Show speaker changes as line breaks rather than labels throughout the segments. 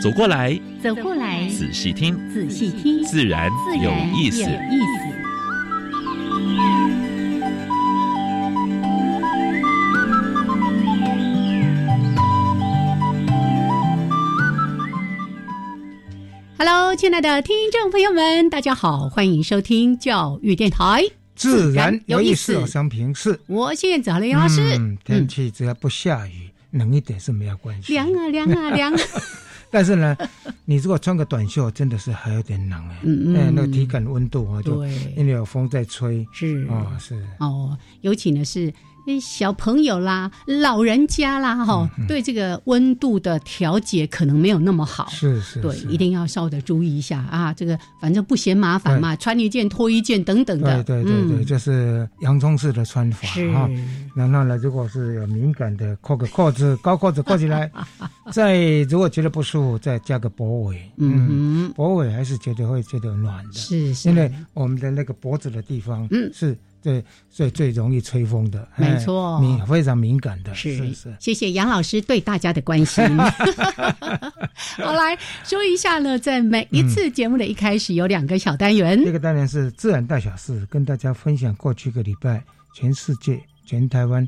走过来，
走过来，
仔细听，
仔细听，
自然
自然
有意思。
有意思。Hello，亲爱的听众朋友们，大家好，欢迎收听教育电台。
自然有意思
有意，思
商平是。
我现在刘老师，
嗯，天气只要不下雨，冷一点是没有关系。
凉啊凉啊凉啊，
但是呢， 你如果穿个短袖，真的是还有点冷哎。
嗯嗯
哎那个体感温度啊，就因
对，
为有风在吹
是
啊，是
哦，尤其呢是诶小朋友啦、老人家啦，哈、
嗯嗯
对这个温度的调节可能没有那么好。
是是，
对，
是
一定要稍的注意一下啊！这个反正不嫌麻烦嘛，穿一件脱一件等等的。
对对对对，
嗯、
就是洋葱式的穿法
是、
啊。然后呢，如果是有敏感的，扣个扣子，高扣子扣起 来，再如果觉得不舒服，再加个脖围。
嗯哼，
脖围还是觉得会觉得暖的。
是是，
因为我们的那个脖子的地方，
嗯
是最最最容易吹风的，
没
哎
错
敏非常敏感的，
是
是是。
谢谢杨老师对大家的关 心。 好，来说一下呢，在每一次节目的一开始有两个小单元，
嗯这个当然是自然大小事，跟大家分享过去一个礼拜全世界、全台湾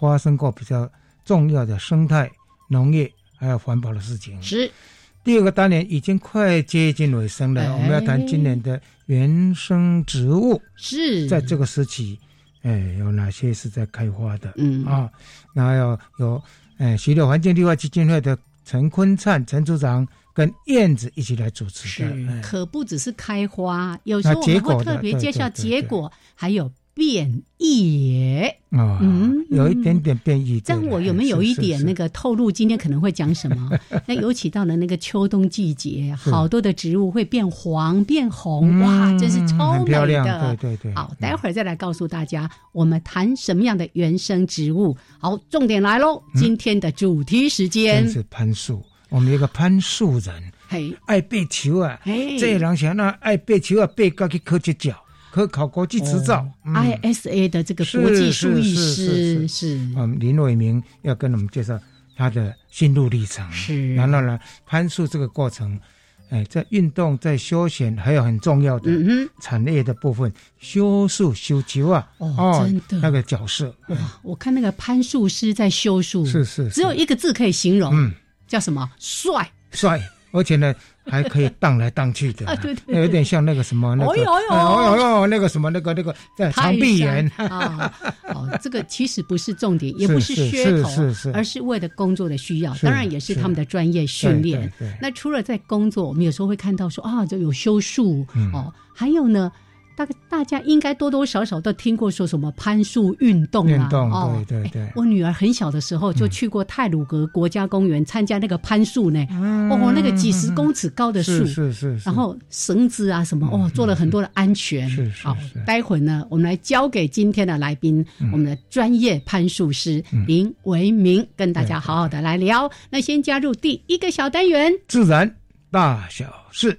发生过比较重要的生态、农业还有环保的事情。
是
第二个单元已经快接近尾声了，
哎
我们要谈今年的原生植物，
是，
在这个时期，哎，有哪些是在开花的？
嗯
啊，然后有有，呃，徐柳环境绿化基金会的陈坤灿陈组长跟燕子一起来主持
是
的。哎，
可不只是开花，有时候我
那结
们
果
会
呢
特别
对
介绍
对对
结果，还有变异耶。
哦，
嗯
有一点点变异。
这样我有没
哎
有一点那
个？
个透露今天可能会讲什 么？那尤其到了那个秋冬季节，
是
好多的植物会变黄、变红，
嗯
哇，真是超
很
美
漂亮，
的。
对对对。嗯
好，待会儿再来告诉大家，我们谈什么样的原生植物。好，重点来喽！今天的主题时间
嗯真，是攀树，我们有一个攀树人
嘿，
爱背球啊，
嘿
这个人想那爱背球啊，背到去考一脚，考考国际执照。
哦
嗯
哎 ISA 的这个
是
国际数
是
艺
是
师
是啊
是
我们嗯林伟明要跟我们介绍他的心路历程。
是
然后呢，攀树这个过程，哎，在运动、在休闲，还有很重要的
嗯
产业的部分，修树、修球啊，
哦真的
那个角色，
哼，哇！我看那个攀树师在修树，
是是，是
只有一个字可以形容，
嗯
叫什么？帅！
帅，而且呢。还可以荡来荡去 的、哎
啊对对对
有点像那个什么那个，
哎呦哎呦
哎呦哎呦那个什么那个那个在长臂猿，
太山啊，哦，这个其实不是重点，也
是
不是
是
噱头，
是是是
而是为了工作的需要，
是
当然也是
是
他们的专业训练。
对对对
那除了在工作，我们有时候会看到说啊，就有修树、
嗯
哦，还有呢。大概大家应该多多少少都听过说什么攀树运动啊，
运动
哦，
对对对嗯
哎我女儿很小的时候就去过泰鲁格国家公园参加那个攀树呢，哦，那个几十公尺高的树，
嗯是是是是，嗯
然后绳子啊什么哦，做了很多的安全。
是是
好
是嗯
待会呢，我们来交给今天的来宾，我们的专业攀树师林维明，跟大家好好的来聊。那先加入第一个小单元，
自然大小事。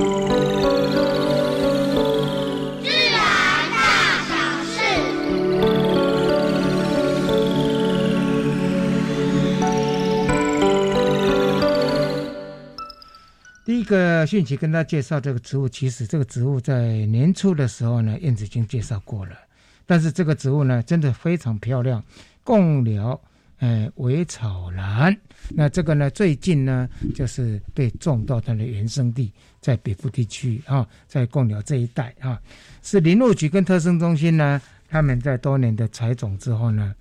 第一个讯息跟大家介绍这个植物，其实这个植物在年初的时候呢，燕子已经介绍过了。但是这个植物呢，真的非常漂亮，贡寮呃尾草兰。那这个呢，最近呢，就是被种到它的原生地，哦在北部地区啊，在贡寮这一带啊，是林务局跟特生中心呢他们在多年的采种之后呢，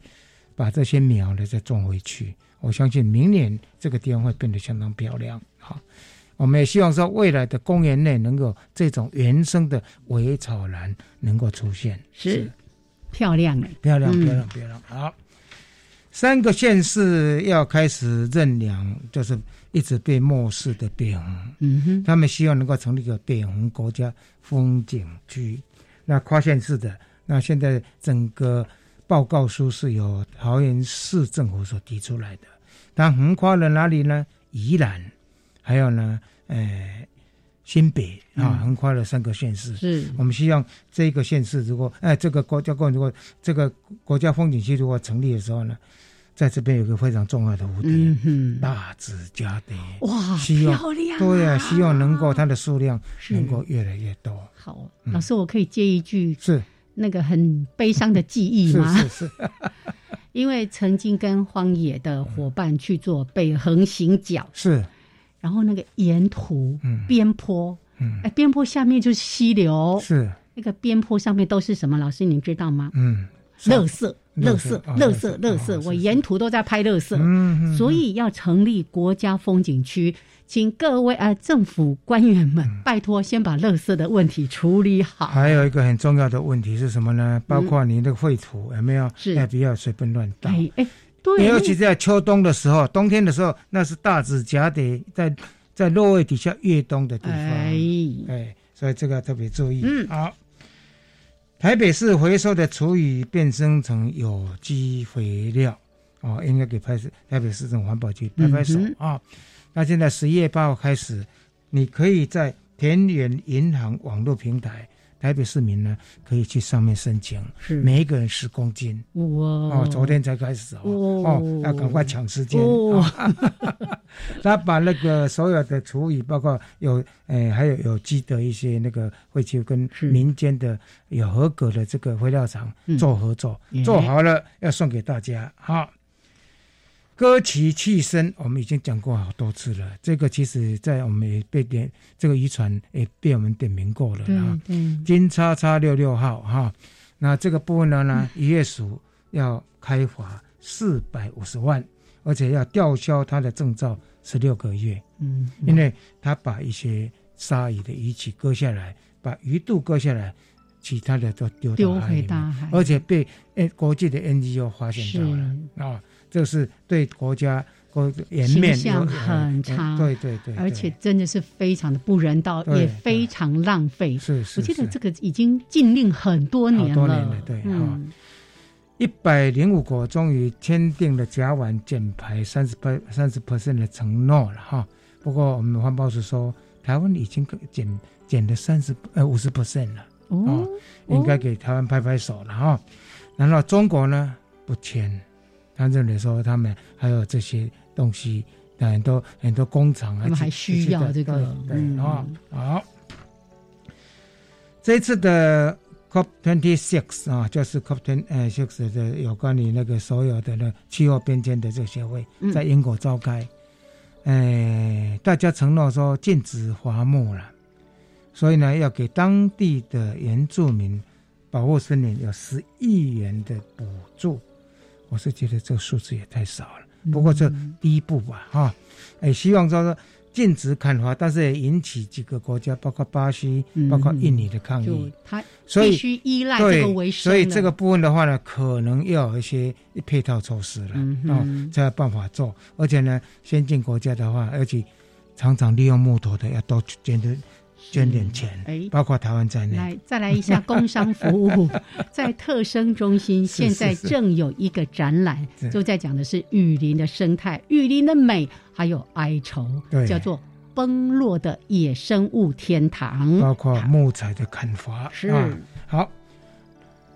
把这些苗呢再种回去。我相信明年这个地方会变得相当漂亮。好，我们也希望说未来的公园内能够这种原生的苇草兰能够出现。
是漂亮的，
漂亮，
嗯
漂亮，漂亮。好，三个县市要开始认养，就是一直被漠视的北红，
嗯哼，
他们希望能够成立一个北红国家风景区。那跨县市的，那现在整个报告书是由桃园市政府所提出来的，它横跨了哪里呢？宜兰，还有呢，呃，新北啊，
嗯
横跨了三个县市。
是
我们希望这个县市如果哎、这个国家公园如果这个国家风景区如果成立的时候呢，在这边有个非常重要的蝴蝶，
嗯哼，
大指蛱蝶。
哇，
希望
漂亮、
对呀、希望能够它的数量
是
能够越来越多。
好。
嗯
老师，我可以接一句
是
那个很悲伤的记忆
是
吗？
是是，
因为曾经跟荒野的伙伴去做北横行脚，
是
然后那个沿途
嗯
边坡，
嗯
哎、边坡下面就是溪流，
是
那个边坡上面都是什么？老师您知道吗？
嗯，是
垃圾，
垃
垃
圾
圾
哦，
垃
垃圾
圾，
哦
垃
是
圾！我
是
沿途都在拍垃圾，
嗯，嗯
所以要成立国家风景区，请各位呃政府官员们
嗯
拜托先把垃圾的问题处理好。
还有一个很重要的问题是什么呢？包括你那个绘图有没有？
嗯是
哎，不要随便乱倒。
哎哎，对，
尤
那
其
个
在秋冬的时候，冬天的时候，那是大指甲的在在落叶底下越冬的地方，
哎
哎，所以这个要特别注意。
嗯
好，台北市回收的厨余变生成有机肥料，哦，应该给拍台北市政府环保局拍拍手啊
嗯、
那现在十一月八号开始，你可以在田园银行网络平台，台北市民呢可以去上面申请，
是
每一个人十公斤。
我
哦，昨天才开始哦，
哦
哦，要赶快抢时间。
哦
哦 他把那个所有的厨余，包括有诶、呃还有有机的一些那个会去跟
是
民间的有合格的这个肥料厂
嗯
做合作，
耶
做好了要送给大家哈。歌曲气声，我们已经讲过好多次了。这个其实，在我们也被点，这个渔船也被我们点名过了
对
啊。
对，
金叉叉六六号哈。那这个部分呢呢，
嗯
渔业署要开罚四百五十万，而且要吊销他的证照十六个月，
嗯，
因为他把一些鲨鱼的鱼鳍割下来，把鱼肚割下来，其他的都丢
丢
到海
回
里面，
大海，
而且被呃国际的 NGO 发现到了
是
啊，这是对国家国颜面
形象
有呃
很差
对对对，
而且
对
真的是非常的不人道，
对
也非常浪费。
是是，
我记得
是啊
这个已经禁令很多年了，
好多年了对
嗯，
一百零五国终于签订了甲烷减排三十八三十 percent 的承诺了哈。不过我们环保署说，台湾已经减减了三十呃五十 percent 了，
哦，
应该给台湾拍拍手了哈。然后中国呢不签，他认为说他们还有这些东西，那很多很多工厂啊，
他们还
去
需要
去
这个
对
嗯
对啊、好。这一次的 COP twenty six 啊，就是 COP twenty 呃 six 的有关于那个所有的那气候变迁的这个协会
嗯
在英国召开，哎、大家承诺说禁止伐木了，所以呢，要给当地的原住民保护森林有十亿元的补助。我是觉得这个数字也太少了，不过这
嗯
第一步吧，哈、哎，希望说禁止砍伐，但是也引起几个国家，包括巴西、
嗯
包括印尼的抗
就
议，
他
嗯所
必
以
须依赖这个为
对，
生
所
了，
以这个部分的话呢，可能要有一些配套措施了，
嗯
哦
哼，
才有办法做。而且呢，先进国家的话，而且常常利用木头的，要多捐点捐点钱，
哎。
包括台湾在内。
来，再来一下工商服 务，在特生中心
是是
现在
是
正有一个展览
是，
就在讲的是雨林的生态、雨林的美，还有哀愁
对，
叫做崩落的野生物天堂。
包括木材的砍伐。
嗯是
啊，好。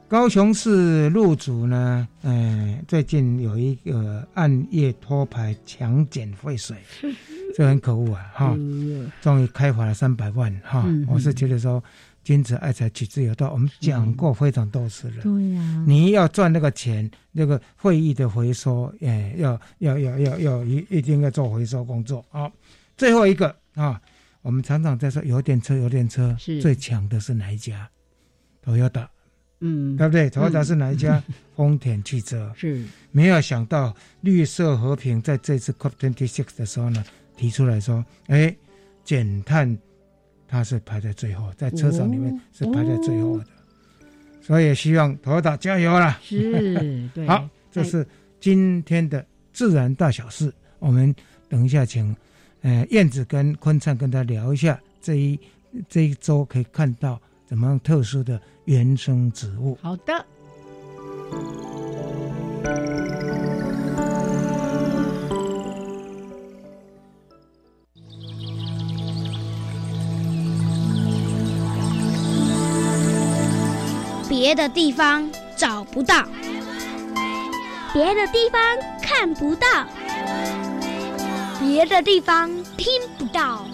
高雄市路主呢，嗯、最近有一个暗夜拖牌强检废水， 这很可恶啊！哈，
嗯
终于开罚了三百万哈！
嗯嗯
我是觉得说，君子爱财，取之有道。我们讲过非常多次了，
对呀，
你要赚那个钱，那个会议的回收，哎，要要要要要一一定要做回收工作啊。最后一个啊，我们常常在说油电车，油电车
是
最强的是哪一家？Toyota
嗯，
对不对？头条是哪一家？丰田汽车。
是
没有想到绿色和平在这次 COP26 的时候呢，提出来说，哎，减碳它是排在最后，在车厂里面
哦
是排在最后的，所以希望 Toyota 加油啦！
是，对，
好，这是今天的自然大小事。我们等一下请，呃，燕子跟坤灿跟他聊一下这一这一周可以看到怎么样特殊的原生植物。
好的。
别的地方找不到，别的地方看不到，别的地方听不到。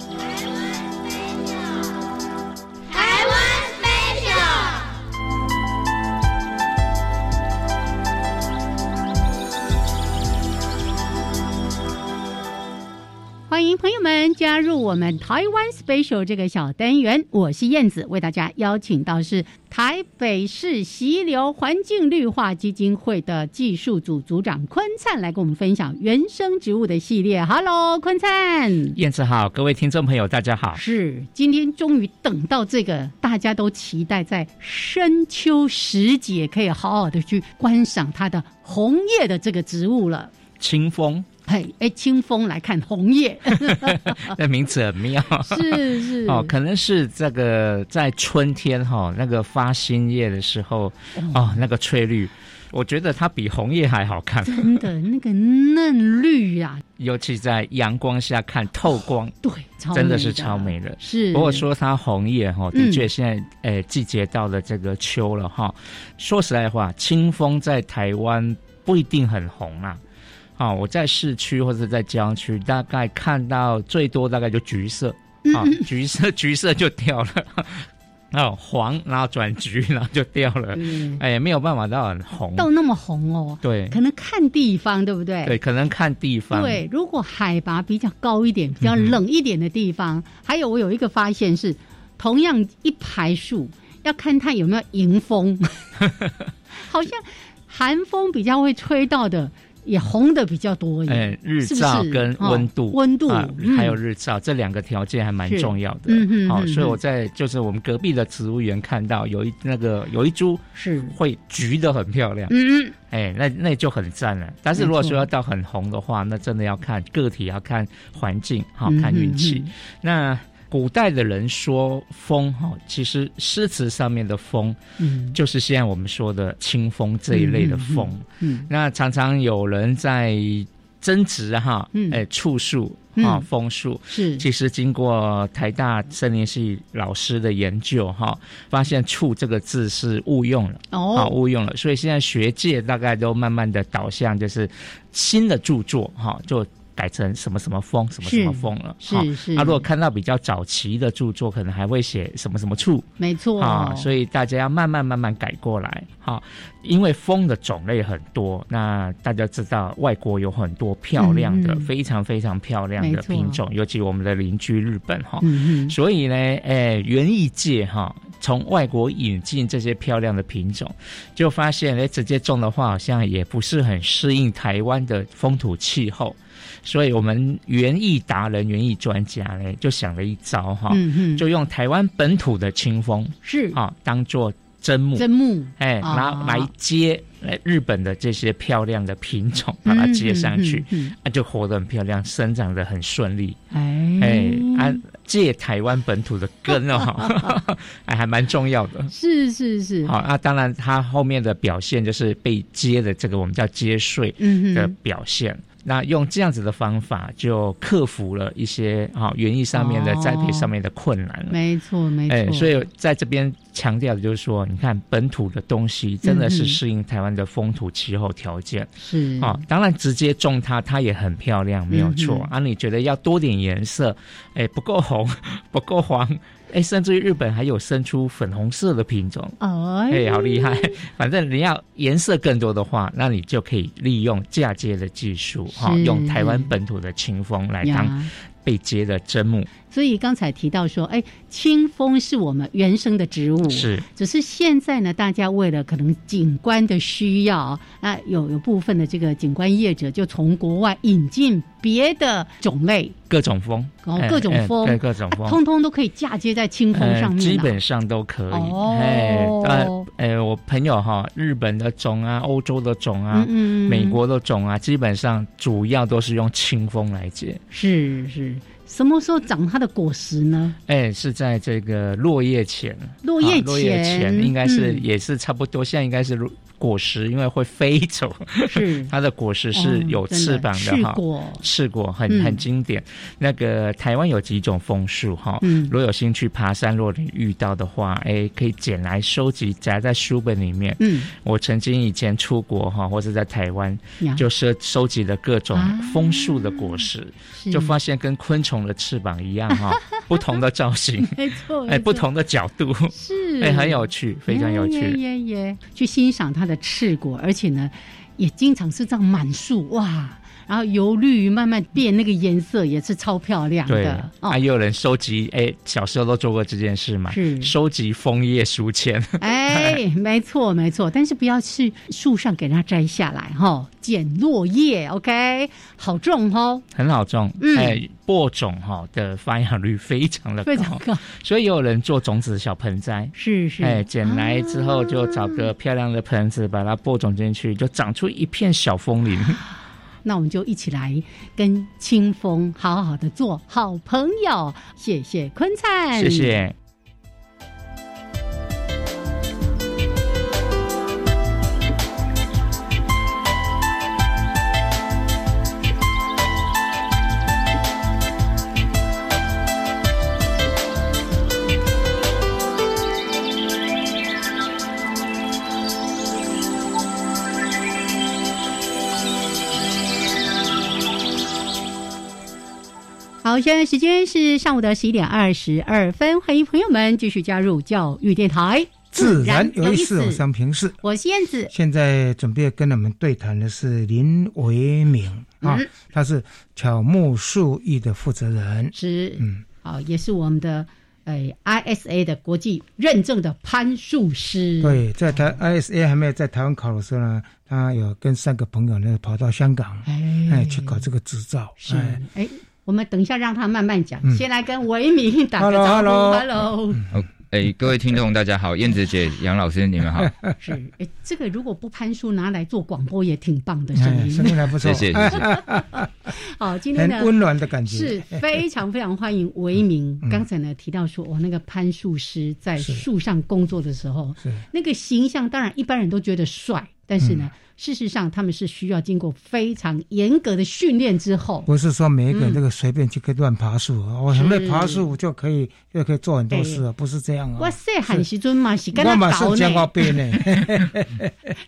台湾 special。
欢迎朋友们加入我们台湾 Special 这个小单元，我是燕子，为大家邀请到是台北市溪流环境绿化基金会的技术组组长坤灿来跟我们分享原生植物的系列。Hello，坤灿。
燕子好，各位听众朋友，大家好。
是，今天终于等到这个大家都期待在深秋时节可以好好的去观赏它的红叶的这个植物了。
清风，
嘿，哎，清风来看红叶，
这名字很妙。
是是
哦，可能是这个在春天哈、那个发新叶的时候，哦，那个翠绿，我觉得它比红叶还好 看，
真的那个嫩绿呀、
尤其在阳光下看透光，
对，超
真
美
的
的
是超。美的。
是，
不过说它红叶哈、
嗯
的确现在呃季节到了这个秋了哈、说实在话，清风在台湾不一定很红啊。啊，我在市区或者在郊区，大概看到最多大概就橘色
嗯
啊，橘色 橘色就掉了，哦黄然后转橘然后就掉了，
嗯
哎，没有办法到很红。
到那么红哦，
对
可能看地方，对不对？
对，可能看地方。
对，如果海拔比较高一点、比较冷一点的地方，
嗯
还有我有一个发现是，同样一排树，要看它有没有迎 风，好像寒风比较会吹到的，也红的比较多一点。
哎，日
是不
照
是
跟
哦
温度，
温度
啊
嗯
还有日照这两个条件还蛮
是
重要的。
嗯哼
好，
嗯
所以
哼
我在就是我们隔壁的植物园看到有一那个有一株
是，
会橘的很漂亮，
嗯，
哎，那那就很赞了。但是
没
如果
错
说要到很红的话，那真的要看个体，要看环境，好
嗯
啊看运
嗯
气
嗯。
那古代的人说风哈，其实诗词上面的风
嗯
就是现在我们说的清风这一类的风。
嗯，
那常常有人在争执哈，
嗯
哎，处树
嗯
啊，枫树。
是，
其实经过台大森林系老师的研究哈，发现“处”这个字是误用了，啊，
哦，
误用了，所以现在学界大概都慢慢的导向就是新的著作哈，就改成什么什么风什么什么风了，哈
是是，
啊，如果看到比较早期的著作，可能还会写什么什么处
没错哦
啊，所
以
以大家要慢慢慢慢改过来哈、因为风的种类很多，那大家知道外国有很多漂亮的、
嗯嗯
非常非常漂亮
没
的
错
品种，尤其我们的邻居日本哈、
嗯嗯，
所以呢，诶，园艺界哈，从外国引进这些漂亮的品种，就发现诶，直接种的话好像也不是很适应台湾的风土气候，所以我们园艺达人、园艺专家呢，就想了一招哈，
嗯嗯，
就用台湾本土的清风
是
啊，当做砧木。
真木，
哎，
啊
拿来接呃日本的这些漂亮的品种，把它接上去，
嗯，嗯嗯
啊，就活得很漂亮，生长得很顺利。
嗯
哎，
哎，
啊，借台湾本土的根哦， 哎，还蛮重要的。
是是是，
好，啊，当然它后面的表现就是被接的这个我们叫接税
嗯
的
哼，
表现。那用这样子的方法，就克服了一些啊园艺上面的
哦
栽培上面的困难了。
没错没
哎，
错，
所以在这边强调的就是说，你看本土的东西真的
嗯嗯
是适应台湾的风土气候条件。
是
啊、当然直接种它，它也很漂亮，没有错、
嗯
啊。你觉得要多点颜色，哎，不够红， 不够黄，哎，甚至于日本还有生出粉红色的品种，
哎
哎，好厉害。反正你要颜色更多的话，那你就可以利用嫁接的技术，哈、
是
用台湾本土的清风来当
呀！哦
被接的砧木。
所以刚才提到说，哎，清风是我们原生的植物，
是
只是现在呢，大家为了可能景观的需要，那有有部分的这个景观业者就从国外引进别的种类，
各种风，
哦
哎
各种
哎
风
对各种风，
通通都可以嫁接在清风上面、啊
呃基本上都可以。哎，呃
哦，
呃，我朋友哈，日本的种啊，欧洲的种啊
嗯，嗯，
美国的种啊，基本上主要都是用清风来结。
是是，什么时候长它的果实 呢？
哎，是在这个落叶前，
落叶
啊落叶前
前
应该是、
嗯
也是差不多，现在应该是如果实，因为会飞走，
是
它的果实
哦
是有
真
翅膀的
翅
哈。
果，
试过，很
嗯
很经典。那个台湾有几种枫树哈，
嗯
如果有兴趣爬山，如果你遇到的话，哎，可以捡来收集，夹在书本里面。
嗯，
我曾经以前出国哈，或是在台湾，
呀
就收收集了各种
啊
枫树的果实，
是
就发现跟昆虫的翅膀一样 哈，不同的造型，
没错，
哎，
没
不
错
同的角度，
是
哎，很有趣，非常有
嗯耶
趣。
耶耶！去欣赏它的翅果，而且呢，也经常是这样满树哇，然后由绿慢慢变那个颜色，也是超漂亮
对，
的
啊，
哦。
也有人收集，哎，小时候都做过这件事嘛，
是
收集枫叶书签，
哎，没错没错，但是不要去树上给它摘下来哈、捡落叶，OK，好重哦，
很好种，
嗯
哎，播种哈的发芽率非常的
非常
高，
高，
所以也有人做种子小盆栽，
是是，
哎，捡来之后就找个漂亮的盆子，把它播种进去，就长出一片小枫林。
那我们就一起来跟清风好好的做好朋友。谢谢坤灿，
谢谢。
好，现在时间是上午的十一点二十二分，欢迎朋友们继续加入教育电台，
自然有意思，我
思。
想平视。
我是燕子，
现在准备跟我们对谈的是林维明啊，
嗯
他是巧木树艺的负责人。
是
嗯，
好，也是我们的呃 ISA 的国际认证的攀树师，，
对，在
嗯
台 ISA 还没有在台湾考的时候呢，他有跟三个朋友呢跑到香港，哎，
哎，
去考这个执照。
是
哎，
哎。我们等一下让他慢慢讲，
嗯
先来跟维明打个招呼
Hello，Hello 嗯
，Hello，
哎，各位听众大 家好，燕子姐、杨老师你们好，
是哎，这个如果不攀树拿来做广播也挺棒的声
哎，
音
声。音还不错
谢，谢 谢谢。
好，今天
很
呢
温暖的感觉。嗯
是非常非常欢迎维明。刚才呢提到说，哦我那个攀树师在
是
树上工作的时候
是，
那个形象，当然一般人都觉得帅，但是呢，
嗯
事实上他们是需要经过非常严格的训练之后，
不是说每一
嗯
个人这个随便去可以乱爬树，啊，我很会爬树就可以就可以做很多事啊，不是这样啊。
哇塞，喊时尊嘛是跟
我
他
马
搞
上讲话
呢。
背呢，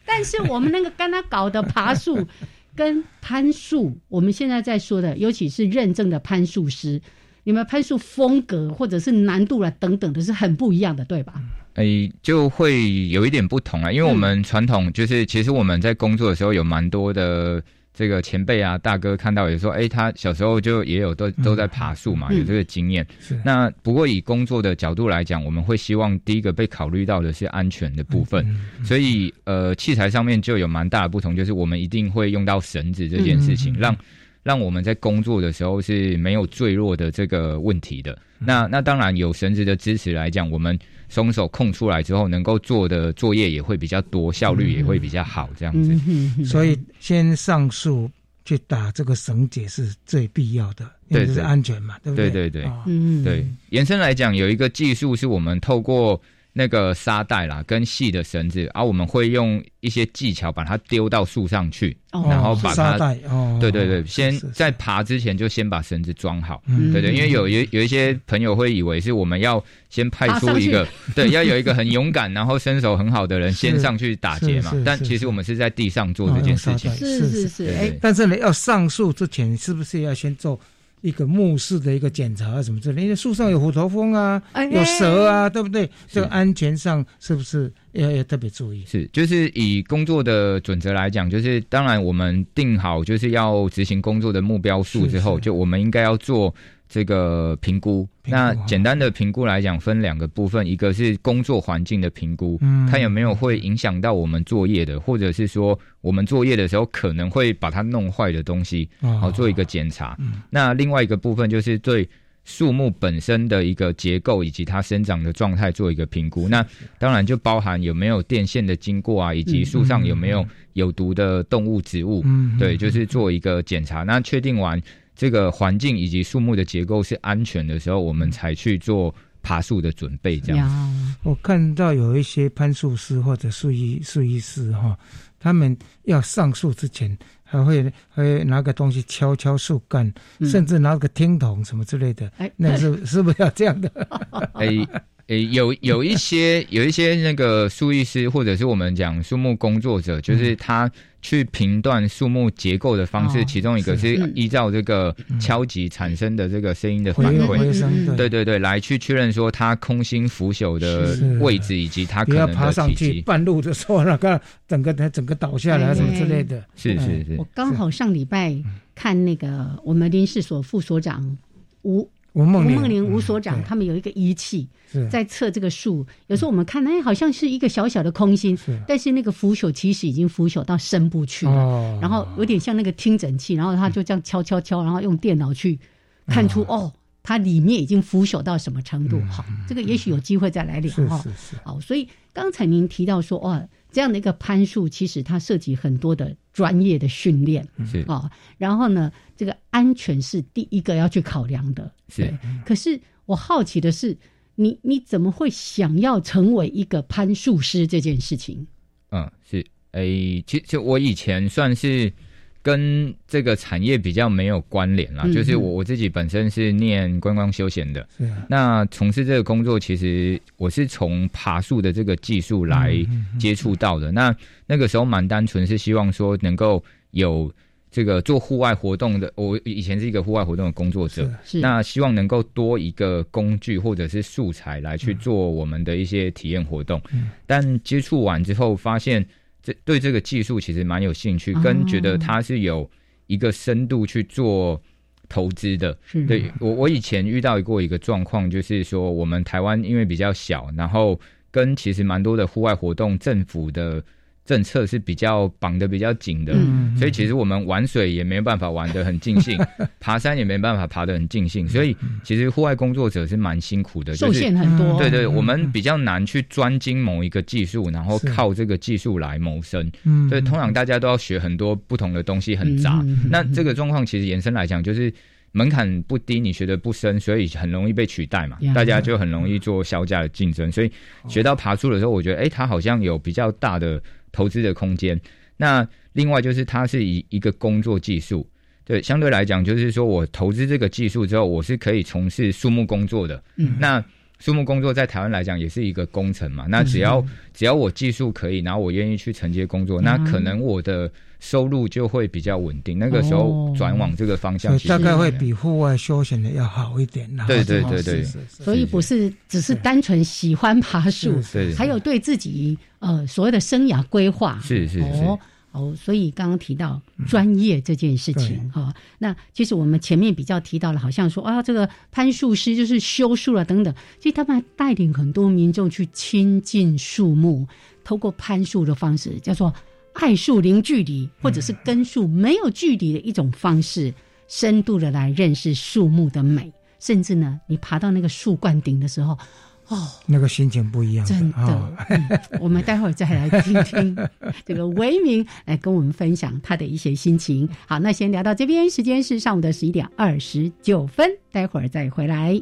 但是我们那个跟他搞的爬 树跟攀树，我们现在在说的，尤其是认证的攀树师。你们攀树风格或者是难度啦等等的是很不一样的，对吧？
哎，就会有一点不同啊，因为我
嗯
们传统就是，其实我们在工作的时候有蛮多的这个前辈啊、大哥看到也说，哎，他小时候就也有都都在爬树嘛，
嗯
有这个经验。
是
那不过以工作的角度来讲，我们会希望第一个被考虑到的是安全的部分，
嗯
所以呃，器材上面就有蛮大的不同，就是我们一定会用到绳子这件事情，
嗯嗯嗯
让让我们在工作的时候是没有坠落的这个
嗯
问题的。那那当然有绳子的支持来讲，我们松手空出来之后，能够做的作业也会比较多，效率也会比较好，这样子。
嗯哼哼
所以先上树去打这个绳结是最必要的，因为
对
这是
对
安全嘛，对不对
对对对
啊
嗯，
对，延伸来讲，有一个技术是我们透过那个沙袋啦，跟细的绳子，啊，我们会用一些技巧把它丢到树上去。
哦
然后把它
沙袋哦，
对对对，
是
先
是是
在爬之前就先把绳子装好。
嗯
对对，因为有有有一些朋友会以为是我们要先派
爬上
出
去
一个，对，要有一个很勇敢，然后身手很好的人
是
先上去打劫嘛
是是。
但
是
其实我们是在地上做
哦
这件
用
事
沙
情
袋。
是是
是
是，
对
哎、
对
但是呢，要上树之前，是不是要先做一个目视的一个检查啊，什么之类？因为树上有虎头蜂啊，
哎
有蛇啊，对不对？这个安全上是不是要要特别注意？
是，就是以工作的准则来讲，就是当然我们定好就是要执行工作的目标数之后，
是是
就我们应该要做这个评估。
评估
那
啊
简单的评估来讲，分两个部分，一个是工作环境的评估，
嗯
看有没有会影响到我们作业的，或者是说我们作业的时候可能会把它弄坏的东西，好、
哦
做一个检查。
嗯
那另外一个部分就是对树木本身的一个结构以及它生长的状态做一个评估。那当然就包含有没有电线的经过啊，以及树上有没有有毒的动物、植物。
嗯
对，就是做一个检查。那确定完这个环境以及树木的结构是安全的时候，我们
嗯
才去做爬树的准备。这样，
呀，
我看到有一些攀树师或者树艺树艺师哈、他们要上树之前还会会拿个东西敲敲树干，
嗯
甚至拿个听筒什么之类的，
哎，
那是是不是要这样的？
诶、诶、哎有有 一些有一些那个树艺师或者是我们讲树木工作者，
嗯
就是他去评断树木结构的方式，
哦
其中一个是
是
嗯
依照这个敲击产生的这个声音的反
回
馈。
回声
嗯
对对对，来去确认说它空心腐朽的
是
位置以及它
不
啊可
要
能
爬
的
上
体
去，
积，
半路的时候那个整个它整个倒下来
哎
什么之类的。
是是是
我，刚好上礼拜看那个我们林氏所副所长吴
吴
吴
梦
梦玲
玲，嗯
吴所长，
对
他们有一个仪器
是
在测这个树，有时候我们看哎好像是一个小小的空心，
是
但是那个腐朽其实已经腐朽到深部去了。
哦，
然后有点像那个听诊器，然后他就这样敲敲敲，然后用电脑去看
嗯
出、哦，它里面已经腐朽到什么程度。好，这个也许有机会再来聊
是
哈。
是是，
好，所以刚才您提到说，哦，这样的一个攀树，其实它涉及很多的专业的训练
是
嗯
哦。然后呢，这个安全是第一个要去考量的。
是
哦
对。可是我好奇的是，你你怎么会想要成为一个攀树师这件事情？
嗯，是，诶、其实我以前算是跟这个产业比较没有关联啦，
嗯
就是
嗯
我我自己本身是念观光休闲的，
是啊，
那从事这个工作，其实我是从爬树的这个技术来接触到的。那那个时候蛮单纯，是希望说能够有这个做户外活动的，我以前是一个户外活动的工作者，
是
那希望能够多一个工具或者是素材来去做我们的一些体验活动。
嗯
但接触完之后，发现这对这个技术其实蛮有兴趣，跟觉得它是有一个深度去做投资的。
是
对我，我以前遇到过一个状况，就是说我们台湾因为比较小，然后跟其实蛮多的户外活动，政府的政策是比较绑得比较紧的，
嗯
所以其实我们玩水也没办法玩得很 尽兴，爬山也没办法爬得很尽兴，所以其实户外工作者是蛮辛苦的，
嗯受
就是
限很多。
对对，
嗯
我们比较难去专精某一个技术，然后
是
靠这个技术来谋生。
嗯
所以通常大家都要学很多不同的东西，很杂。
嗯嗯嗯
那 这个状况其实延伸来讲，就是门槛不低，你学的不深，所以很容易被取代嘛。
呀嗯
大家就很容易做销价的竞争，所以学到爬树的时候，我觉得哎、诶它好像有比较大的投资的空间。那另外就是它是以一个工作技术。对，相对来讲，就是说我投资这个技术之后，我是可以从事树木工作的。
嗯
那树木工作在台湾来讲也是一个工程嘛，那只要、
嗯
只要我技术可以，然后我愿意去承接工作，那可
嗯
能我的收入就会比较稳定。那个时候转往这个方
所
向
以
其实，
哦大概会比户外休闲的要好一点啦。
对对
哦
对对
是是是
所以不是只是单纯喜欢爬树
是，
对
还有对自己呃所谓的生涯规划。
是是是
哦哦，所以刚刚提到专业这件事情哈、哦，那其实我们前面比较提到了，好像说啊，这个攀树师就是修树了等等，其实他们还带领很多民众去亲近树木，透过攀树的方式，叫做爱树零距离，或者是跟树没有距离的一种方式，深度的来认识树木的美，甚至呢，你爬到那个树冠顶的时候，哦，
那个心情不一 样，
真
哦
的，嗯我们待会儿再来听 听这个维明来跟我们分享他的一些心情。好，那先聊到这边，时间是上午的十一点二十九分，待会儿再回来。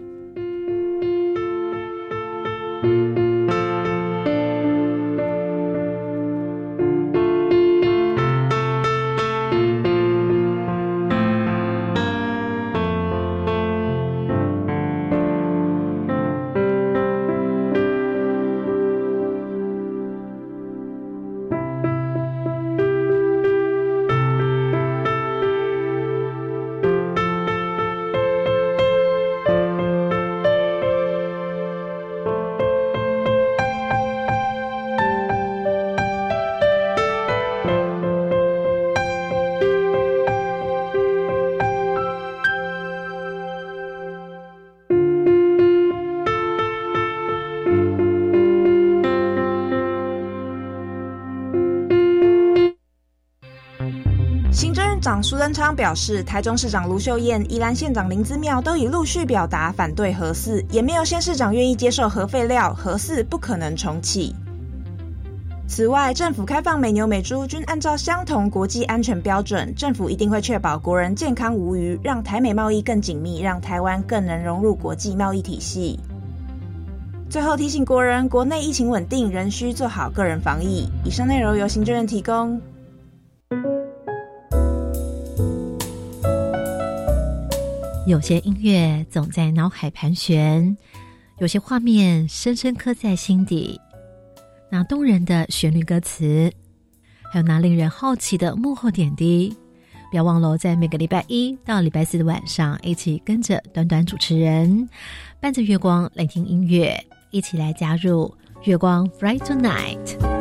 行政院长苏贞昌表示，台中市长卢秀燕、宜兰县长林姿妙都已陆续表达反对核四，也没有县市长愿意接受核废料，核四不可能重启。此外，政府开放美牛美猪均按照相同国际安全标准，政府一定会确保国人健康无虞，让台美贸易更紧密，让台湾更能融入国际贸易体系。最后提醒国人，国内疫情稳定，仍需做好个人防疫。以上内容由行政院提供。
有些音乐总在脑海盘旋，有些画面深深刻在心底。那动人的旋律歌词，还有那令人好奇的幕后点滴，不要忘了哦在每个礼拜一到礼拜四的晚上，一起跟着短短主持人，伴着月光来听音乐，一起来加入月光 Friday Night。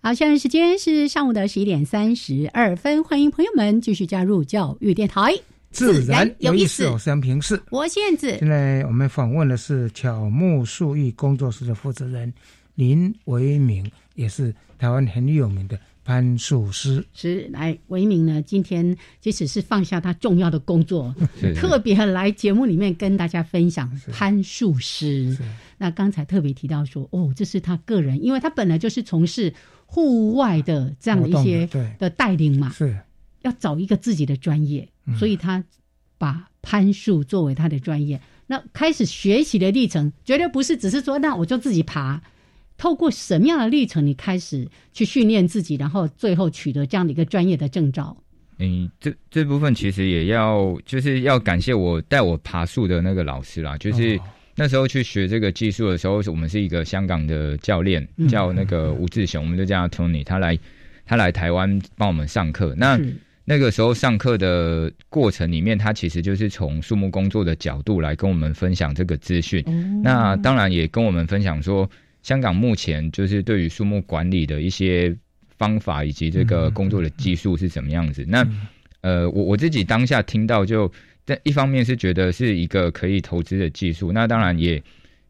好，现在时间是上午的十一点三十二分，欢迎朋友们继续加入教育电台。
自然有意思，有三平视。
我是燕子
现，在我们访问的是巧木树艺工作室的负责人林维明，也是台湾很有名的攀树师。
是来维明呢，今天即使是放下他重要的工作，
是
特别来节目里面跟大家分享攀树师
是。
那刚才特别提到说，哦，这是他个人，因为他本来就是从事户外的这样的一些
活动的对
的带领嘛，
是，
要找一个自己的专业，
嗯
所以他把攀树作为他的专业。那开始学习的历程，绝对不是只是说那我就自己爬。透过什么样的历程，你开始去训练自己，然后最后取得这样的一个专业的证照？
嗯，这这部分其实也要就是要感谢我带我爬树的那个老师啦，就是
哦
那时候去学这个技术的时候，我们是一个香港的教练，
嗯
叫那个吴志雄，我们就叫他 Tony，他来他来台湾帮我们上课。那
是
那个时候上课的过程里面，他其实就是从树木工作的角度来跟我们分享这个资讯。那当然也跟我们分享说，香港目前就是对于树木管理的一些方法以及这个工作的技术是怎么样子。那呃，我我自己当下听到就，但一方面是觉得是一个可以投资的技术，那当然也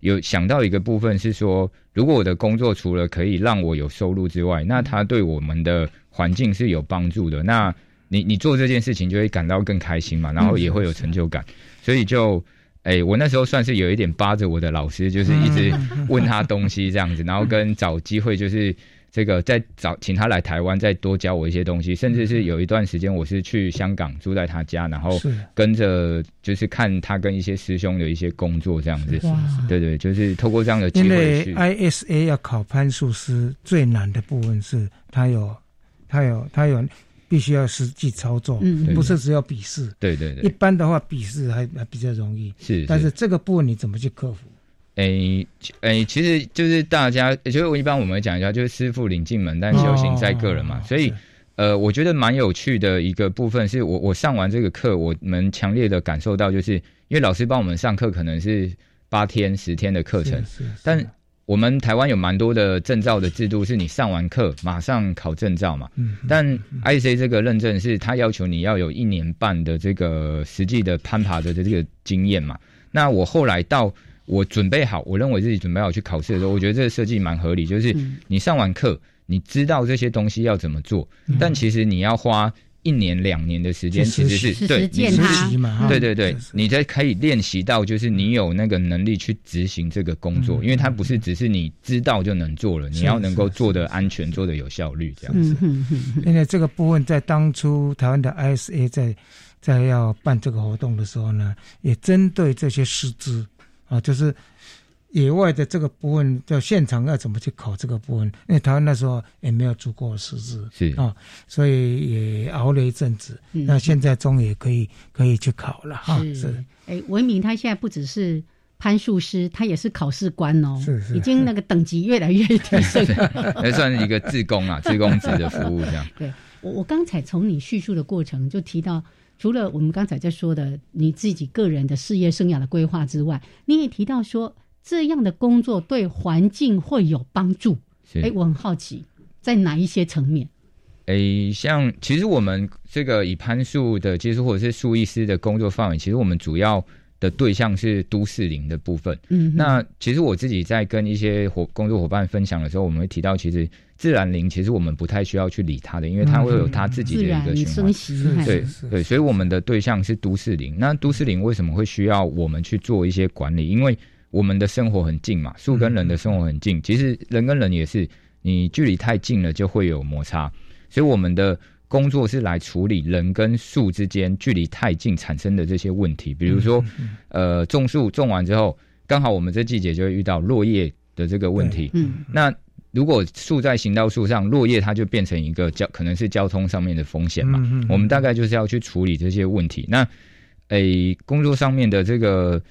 有想到一个部分是说，如果我的工作除了可以让我有收入之外，那它对我们的环境是有帮助的。那你你做这件事情就会感到更开心嘛，然后也会有成就感，所以就。哎、我那时候算是有一点扒着我的老师，就是一
嗯
直 问他东西这样子，然后跟找机会，就是这个再找请他来台湾，再多教我一些东西，甚至是有一段时间我是去香港住在他家，然后
是
跟着就是看他跟一些师兄的一些工作这样子，
哇
对对，就是透过这样的机
因
会
为哎
去，
ISA 要考攀树师最难的部分是，它有，它有，它有，必须要实际操作，
嗯，
对
不是只有笔试。
对对
一
对，
般的话，笔试还还比较容易，
是，
但是这个部分你怎么去克服？
诶诶，哎其实就是大家，就是我一般我们会讲一下，就是师傅领进门，但修行在个人嘛，
哦
所以
是
呃，我觉得蛮有趣的一个部分是我我上完这个课，我们强烈的感受到，就是因为老师帮我们上课可能是八天十天的课程，
是是是
但我们台湾有蛮多的证照的制度，是你上完课马上考证照嘛。
嗯，
但 IC 这个认证是它要求你要有一年半的这个实际的攀爬的这个经验嘛。那我后来到我准备好，我认为自己准备好去考试的时候，我觉得这个设计蛮合理，就是
嗯
你上完课，你知道这些东西要怎么做，
嗯
但其实你要花一年两年的时间，
去实
其实
习
是对
实践
你是
它实习嘛哈
对对对，你才可以练习到，就是你有那个能力去执行这个工作，因为它不是只是你知道就能做了，
嗯
你
是
要能够做的安全，做的有效率，这样子。
嗯
因为这个部分在当初台湾的 ISA 在在要办这个活动的时候呢，也针对这些师资啊，就是野外的这个部分，在现场要怎么去考这个部分，因为台湾那时候也没有足够的师资，
是
啊，所以也熬了一阵子。
嗯
那现在终于可以可以去考了哈，
是
是
哎，文明他现在不只是攀树师，他也是考试官哦，
是是
已经那个等级越来越提升了。
那算是一个自 工啊，自工职的服务这样。
对 我，我刚才从你叙述的过程就提到，除了我们刚才在说的你自己个人的事业生涯的规划之外，你也提到说这样的工作对环境会有帮助。
是
哎，我很好奇，在哪一些层面？
诶，像其实我们这个以攀树的技术或者是树艺师的工作范围，其实我们主要的对象是都市林的部分。
嗯哼
那其实我自己在跟一些伙工作伙伴分享的时候，我们会提到，其实自然林其实我们不太需要去理它的，因为它会有它自己的
自
一
然
个循环
生。息，哎
对对，所以我们的对象是都市林。那都市林为什么会需要我们去做一些管理？因为我们的生活很近嘛，树跟人的生活很近。其实人跟人也是，你距离太近了就会有摩擦，所以我们的工作是来处理人跟树之间距离太近产生的这些问题。比如说，
嗯
呃，种树种完之后，刚好我们这季节就会遇到落叶的这个问题。
嗯，
那如果树在行道树上，落叶它就变成一个交，可能是交通上面的风险嘛。
嗯嗯嗯
我们大概就是要去处理这些问题。那诶，工作上面的这个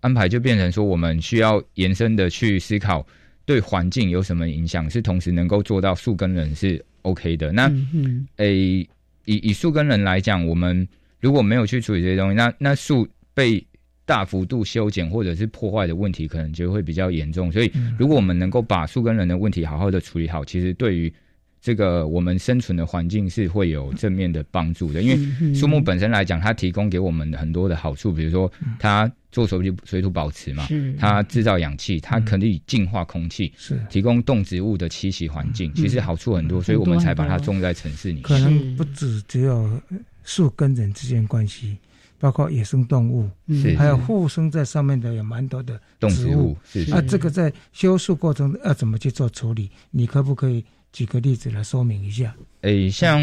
安排就变成说，我们需要延伸的去思考对环境有什么影响，是同时能够做到树跟人是 OK 的。那、
嗯嗯
诶、以以树跟人来讲，我们如果没有去处理这些东西，那那树被大幅度修剪或者是破坏的问题，可能就会比较严重。所以，如果我们能够把树跟人的问题好好的处理好，其实对于这个我们生存的环境是会有正面的帮助的，因
嗯
为树木本身来讲，它提供给我们很多的好处，比如说它做水土水土保持嘛
是，
它制造氧气，它可以净化空气，
是
提供动植物的栖息环境，其实好处嗯很多，所以我们才把它种在城市里面。
可能不止只有树跟人之间关系，包括野生动物，
嗯
是
还有附生在上面的有蛮多的
动
植
植物是
那
是
这个在修树过程要怎么去做处理？你可不可以举个例子来说明一下？
诶，像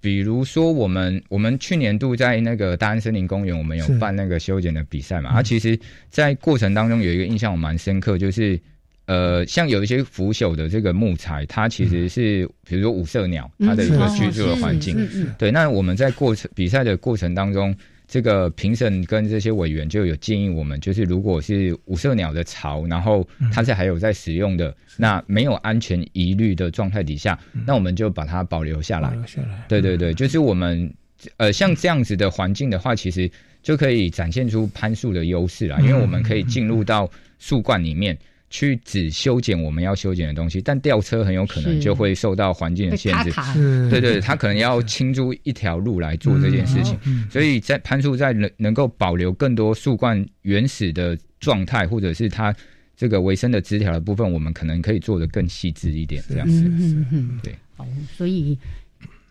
比如说我们我们去年度在那个大安森林公园，我们有
是
办那个修剪的比赛嘛，啊，其实，在过程当中有一个印象我蛮深刻，就是呃，像有一些腐朽的这个木材，它其实是、比如说五色鸟它的一
嗯
个居
哦
住的环境，对，那我们在过程比赛的过程当中，这个评审跟这些委员就有建议我们，就是如果是五色鸟的巢，然后
嗯
它是还有在使用的，那没有安全疑虑的状态底下，
嗯
那我们就把它保留下来。
嗯下来，
对对对，就是我们呃像这样子的环境的话，其实就可以展现出攀树的优势啦，
嗯
因为我们可以进入到树冠里面。去只修剪我们要修剪的东西，但吊车很有可能
是
就会受到环境的限制
被卡卡，
是
对对，他可能要清出一条路来做这件事
嗯
情，
嗯
所以在攀树在能能够保留更多树冠原始的状态，或者是它这个维生的枝条的部分，我们可能可以做的更细致一点，这样子，
嗯嗯
对。
好，所以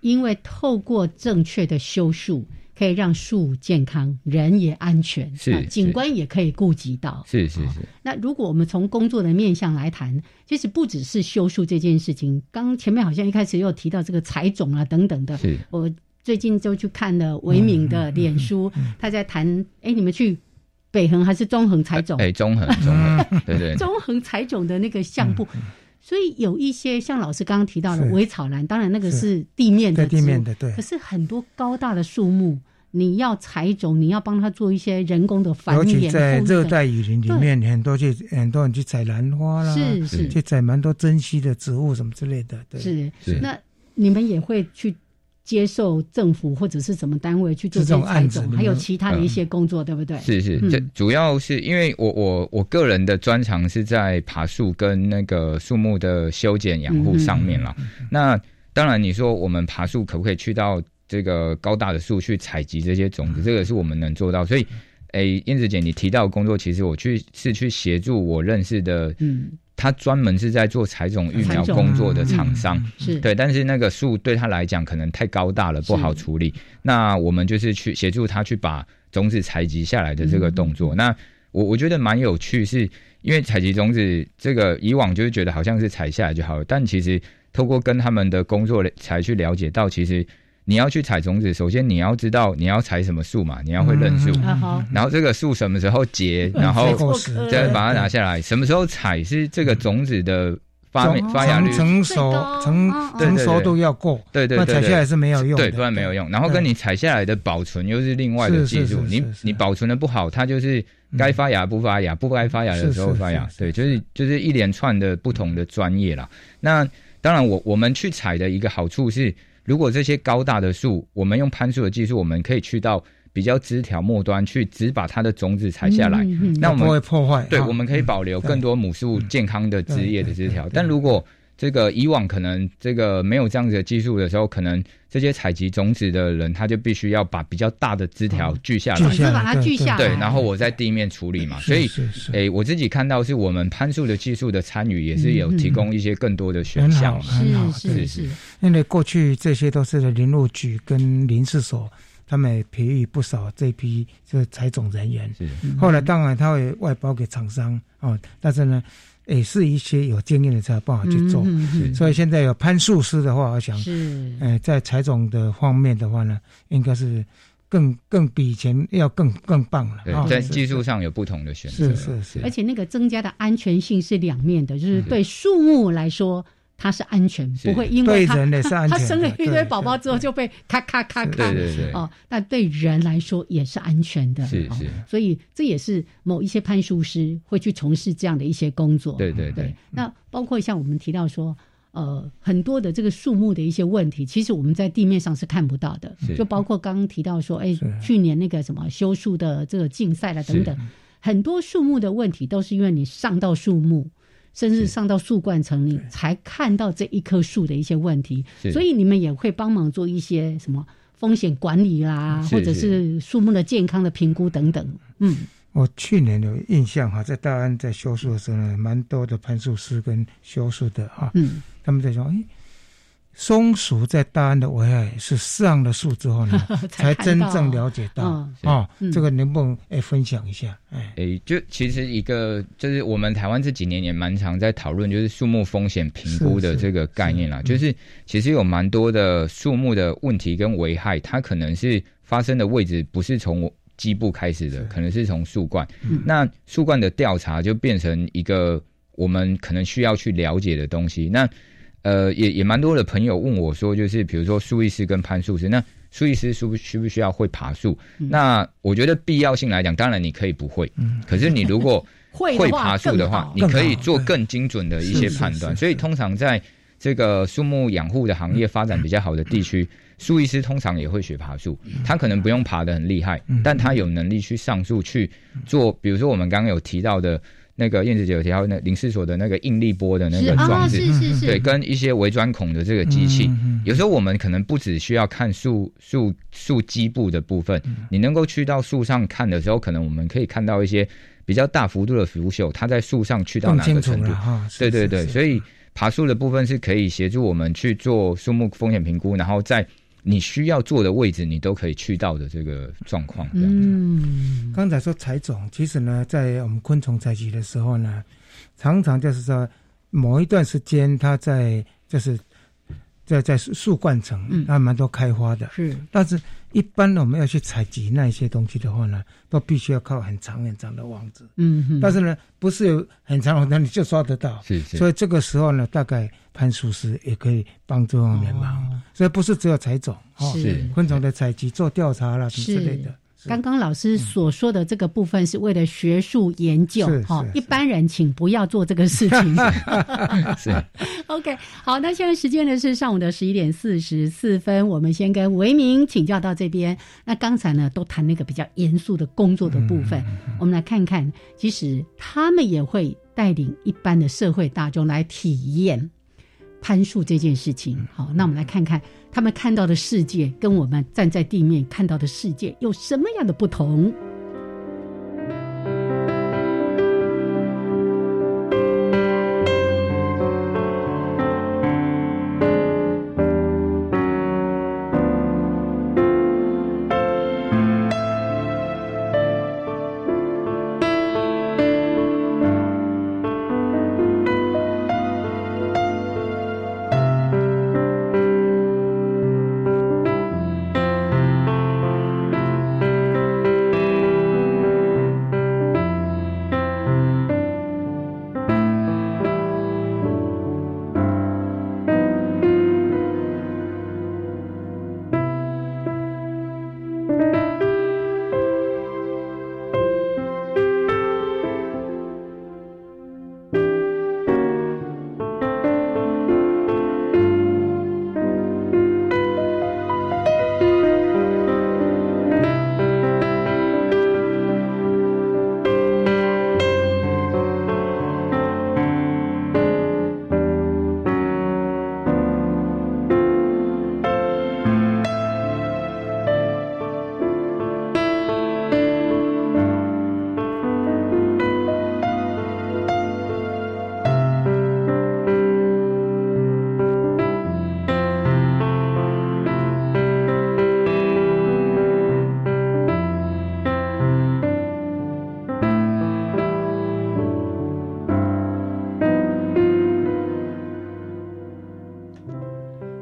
因为透过正确的修树，可以让树健康，人也安全，
是
那
是
景观也可以顾及到。
是是是。
那如果我们从工作的面向来谈，其实不只是修树这件事情。刚前面好像一开始又提到这个采种啊等等的
是，嗯
我最近就去看了维敏的脸书，他在谈，哎，你们去北横还是中横采种？
哎，中横，中横，对 对，
中横采种的那个项目。所以有一些像老师刚刚提到的
嗯是
围草兰，当然那个是地面的
在地
植物
面的对
可是很多高大的树木，你要采种，你要帮它做一些人工的繁
尤其
衍，
在
风筝
热带雨啊林里面，很多去很多人去采兰花啦，
是是
去采蛮多珍稀的植物什么之类的，对，
是
是
那你们也会去接受政府或者是什么单位去做
这种
些采
案子
种，
你们
还有其他的一些工作，对不对？
是是，这
嗯
主要是因为我我我个人的专长是在爬树跟那个树木的修剪养护上面啦。
嗯
那当然，你说我们爬树可不可以去到这个高大的树去采集这些种子？
嗯
这个是我们能做到。所以，诶，燕子姐，你提到的工作，其实我去是去协助我认识的
嗯
他专门是在做采种育苗工作的厂商，
嗯
是
对，但是那个树对他来讲可能太高大了，不好处理。那我们就是去协助他去把种子采集下来的这个动
嗯
作。那我我觉得蛮有趣是，因为采集种子这个以往就是觉得好像是采下来就好了，但其实透过跟他们的工作才去了解到，其实你要去采种子，首先你要知道你要采什么树嘛，你要会认树，
啊好，
然后这个树什么时候结，
嗯
然
采果
后
实
再把它拿下来，什么时候采是这个种子的发
种
发芽率
成。成熟成
嗯
对
成
对
熟
对
度要够，
对对
那
对，
采
对
下来是没有用的，
对，不然没有用。然后跟你采下来的保存又是另外的
是
技
是
术，
是
你
是是
你保存的不好，它就是
嗯
该发芽不发芽，不该发芽的时候
是是
发芽
是，
对，就是就是一连串的不同的专业啦。那当然我，我们去采的一个好处是，如果这些高大的树，我们用攀树的技术，我们可以去到比较枝条末端去，只把它的种子采下来。
嗯嗯嗯
那我
不会
们
破坏。
对，
啊
我们可以保留更多母树健康的枝叶的枝条
嗯对对对对。
但如果这个以往可能这个没有这样子的技术的时候，可能这些采集种子的人，他就必须要把比较大的枝条锯下
嗯锯
来，
下
就
来
把它锯下来，
对，然后我在地面处理嘛。所以，
是是是
诶，我自己看到是我们攀树的技术的参与，也是有提供一些更多的选
很好
项嘛。
很好，啊对
是是是，
因为过去这些都是林务局跟林试所，他们也培育不少这批就是采种人员。
是
嗯
后
嗯
来当然他会外包给厂商哦，但是呢，也是一些有经验的才有办法去做。
嗯嗯
所以现在有攀树师的话，我想
嗯，是
呃，在采种的方面的话呢，应该是更更比以前要更更棒了。
对
啊，
在
是
技术上有不同的选择
是
啦。
是是
而且那个增加的安全性是两面的，就是对树木来说它是安全，
嗯是
不会因为
对
它
人也是安
它
全的。
生了一堆
对
宝宝之后
对
就被咔咔咔咔
对对对，
哦，那对人来说也是安全的，
是
哦
是
所以这也是某一些攀树师会去从事这样的一些工作，
对对
哦
对
对。那包括像我们提到说。呃，很多的这个树木的一些问题，其实我们在地面上是看不到的
是，
就包括刚刚提到说，哎
是，
去年那个什么修树的这个竞赛啦
是
等等，很多树木的问题都是因为你上到树木，甚至上到树冠层，你才看到这一棵树的一些问题，
是
所以你们也会帮忙做一些什么风险管理啦，
嗯是
或者是树木的健康的评估等等。嗯，
我去年有印象哈，在大安在修树的时候呢，蛮多的攀树师跟修树的哈，
嗯，
他们在说，哎，松鼠在大安的危害是上了树之后呢， 才
才
真
看到
正了解到
嗯
哦
是嗯，
这个能不能哎分享一下？哎，
诶，就其实一个就是我们台湾这几年也蛮常在讨论，就是树木风险评估
是
的
是
这个概念啦。就是其实有蛮多的树木的问题跟危害，它可能是发生的位置不是从基部开始的，可能是从树冠。那树冠的调查就变成一个我们可能需要去了解的东西。那呃，也也蛮多的朋友问我说，就是比如说树艺师跟攀树师，那树艺师需不需不需要会爬树？那我觉得必要性来讲，当然你可以不会，
嗯
可是你如果
会
会爬树的
的
话
话，
你
更好，
可以做更精准的一些判断。所以通常在这个树木养护的行业发展比较好的地区，
嗯
树艺师通常也会学爬树，他可能不用爬得很厉害，
嗯
但他有能力去上树去做，比如说我们刚刚有提到的那个燕子姐有提到那林氏所的那个应力波的那
是
个装
啊，
置，
是是是，
对，跟一些微钻孔的这个机器，
嗯
有时候我们可能不只需要看树树树基部的部分，
嗯
你能够去到树上看的时候，可能我们可以看到一些比较大幅度的腐朽，它在树上去到
更
哪
清
个
楚
程度
了？哈。是
对对
是
对，
是
所以爬树的部分是可以协助我们去做树木风险评估，然后在你需要做的位置，你都可以去到的这个状况。这样
嗯，
刚才说采种，其实呢，在我们昆虫采集的时候呢，常常就是说某一段时间，它在就是在在树树冠层
嗯，
它蛮多开花的。
是
但是，一般我们要去采集那一些东西的话呢，都必须要靠很长很长的网子。
嗯哼，
但是呢，不是有很长很长你就抓得到。
是是，
所以这个时候呢，大概攀树师也可以帮这方面忙。所以不是只有采种哦，
是
昆虫的采集、做调查啦什么之类的。是
刚刚老师所说的这个部分是为了学术研究
是，
哈
是，
一般人请不要做这个事情。
是
OK，好，那现在时间呢是上午的十一点四十四分，我们先跟维明请教到这边。那刚才呢都谈那个比较严肃的工作的部分，我们来看看，其实他们也会带领一般的社会大众来体验攀树这件事情。好，那我们来看看他们看到的世界跟我们站在地面看到的世界有什么样的不同。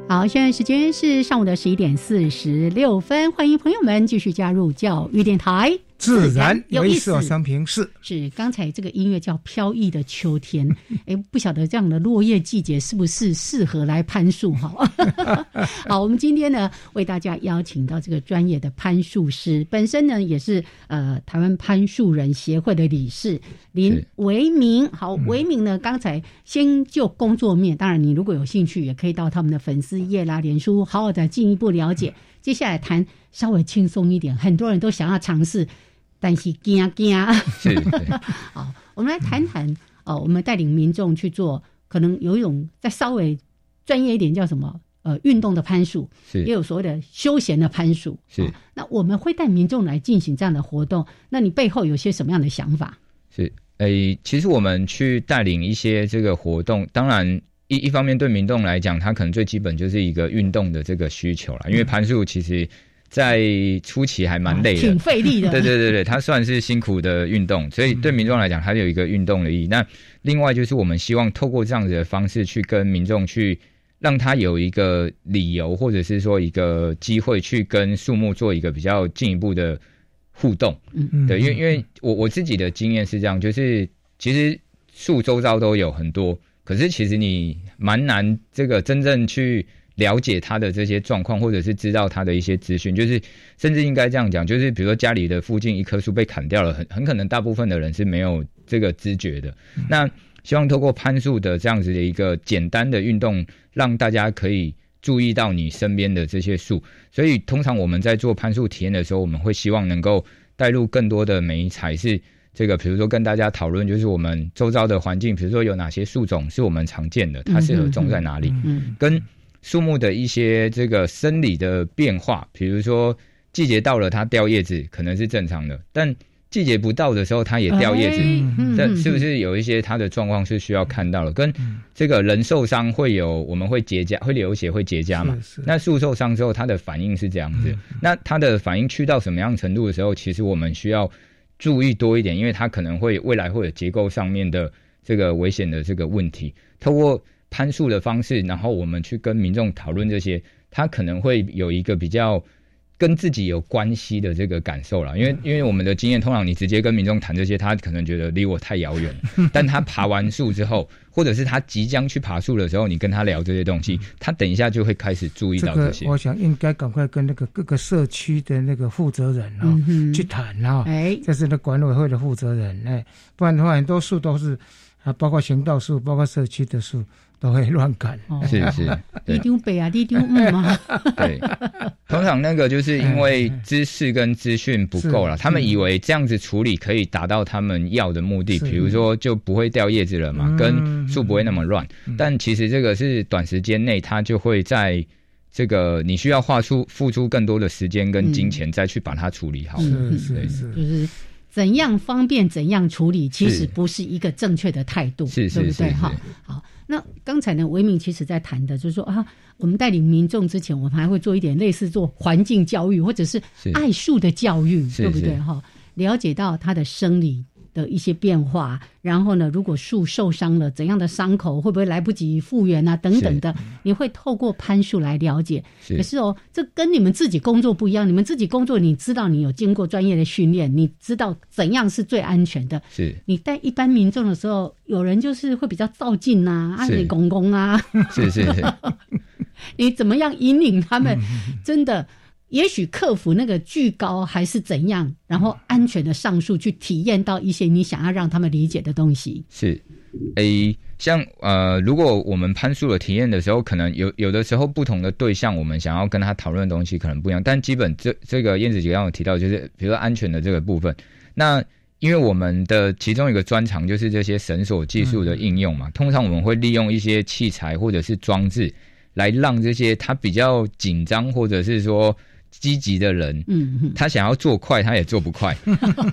好，现在时间是上午的十一点四十六分，欢迎朋友们继续加入教育电台。
自然有意思
有
哦，
意思
三平四。
是刚才这个音乐叫《飘逸的秋天》， 哎，不晓得这样的落叶季节是不是适合来攀树哈？ 好，我们今天呢为大家邀请到这个专业的攀树师，本身呢也是呃台湾攀树人协会的理事林
是
维明。好，维明呢，刚才先就工作面，当然你如果有兴趣，也可以到他们的粉丝页啦、脸书，好好的进一步了解。接下来谈稍微轻松一点，很多人都想要尝试，但是惊啊惊。
是，对
好，我们来谈谈呃，我们带领民众去做，可能有一种再稍微专业一点叫什么呃，运动的攀树，
是
也有所谓的休闲的攀树。
是
啊那我们会带民众来进行这样的活动，那你背后有些什么样的想法？
是，诶、其实我们去带领一些这个活动，当然。一一方面对民众来讲，他可能最基本就是一个运动的这个需求啦，因为攀树其实，在初期还蛮累的，
啊挺费力的。
对对对对，它算是辛苦的运动，所以对民众来讲，它有一个运动的意义。那另外就是我们希望透过这样子的方式去跟民众去，让他有一个理由，或者是说一个机会去跟树木做一个比较进一步的互动。
嗯
对，因为因为我我自己的经验是这样，就是其实树周遭都有很多，可是其实你蛮难这个真正去了解它的这些状况，或者是知道它的一些资讯，就是甚至应该这样讲，就是比如说家里的附近一棵树被砍掉了，很很可能大部分的人是没有这个知觉的。
嗯
那希望透过攀树的这样子的一个简单的运动，让大家可以注意到你身边的这些树。所以通常我们在做攀树体验的时候，我们会希望能够带入更多的美材是。这个比如说跟大家讨论，就是我们周遭的环境，比如说有哪些树种是我们常见的，它适合种在哪里？
嗯，
跟树木的一些这个生理的变化，比如说季节到了它掉叶子可能是正常的，但季节不到的时候它也掉叶子，
哎嗯
这
嗯
是不
嗯
是有一些它的状况是需要看到的？跟这个人受伤会有我们会结痂，会流血，会结痂嘛？
是是
那树受伤之后它的反应是这样子，那它的反应去到什么样程度的时候，其实我们需要注意多一点，因为它可能会未来会有结构上面的这个危险的这个问题。透过攀树的方式，然后我们去跟民众讨论这些，他可能会有一个比较跟自己有关系的这个感受啦。因
嗯
为因为我们的经验，通常你直接跟民众谈这些，他可能觉得离我太 遥远了。但他爬完树之后，或者是他即将去爬树的时候，你跟他聊这些东西，他等一下就会开始注意
嗯这
到
个
些。
我想应该赶快跟那个各个社区的那个负责人啊、
哦
嗯哼
去谈啊，
哎，
这是那管委会的负责人哎，不然的话很多树都是啊，包括行道树，包括社区的树都会乱砍。
哦，
是是，
你
对
丢北啊，你丢嗯 啊，
对，通常那个就是因为知识跟资讯不够了，
哎是
他们以为这样子处理可以达到他们要的目的，
是
比如说就不会掉叶子了嘛，
嗯
跟树不会那么乱。但其实这个是短时间内，它就会在这个你需要花出付出更多的时间跟金钱再去把它处理好。
嗯是
嗯
是是，
就是怎样方便怎样处理，其实
是
不是一个正确的态度，
是是
对不
是
对？
是
哈，好。那刚才呢，维明其实在谈的就是说啊，我们带领民众之前，我们还会做一点类似做环境教育，或者是
是
爱树的教育，
是
对不对？
是
哈，了解到它的生理。的一些变化，然后呢，如果树受伤了，怎样的伤口会不会来不及复原啊？等等的，你会透过攀树来了解。
是
可是哦，这跟你们自己工作不一样。你们自己工作，你知道你有经过专业的训练，你知道怎样是最安全的。
是
你带一般民众的时候，有人就是会比较照进呐、啊，
是
你公公 啊，
是是是，
你怎么样引领他们？真的，也许克服那个巨高还是怎样，然后安全的上树去体验到一些你想要让他们理解的东西。
是，诶、像呃，如果我们攀树的体验的时候，可能有有的时候不同的对象，我们想要跟他讨论的东西可能不一样，但基本这这个燕子姐刚刚有提到，就是比如说安全的这个部分，那。因为我们的其中一个专长就是这些绳索技术的应用嘛，通常我们会利用一些器材或者是装置，来让这些他比较紧张或者是说积极的人，
嗯嗯，
他想要做快，他也做 不快，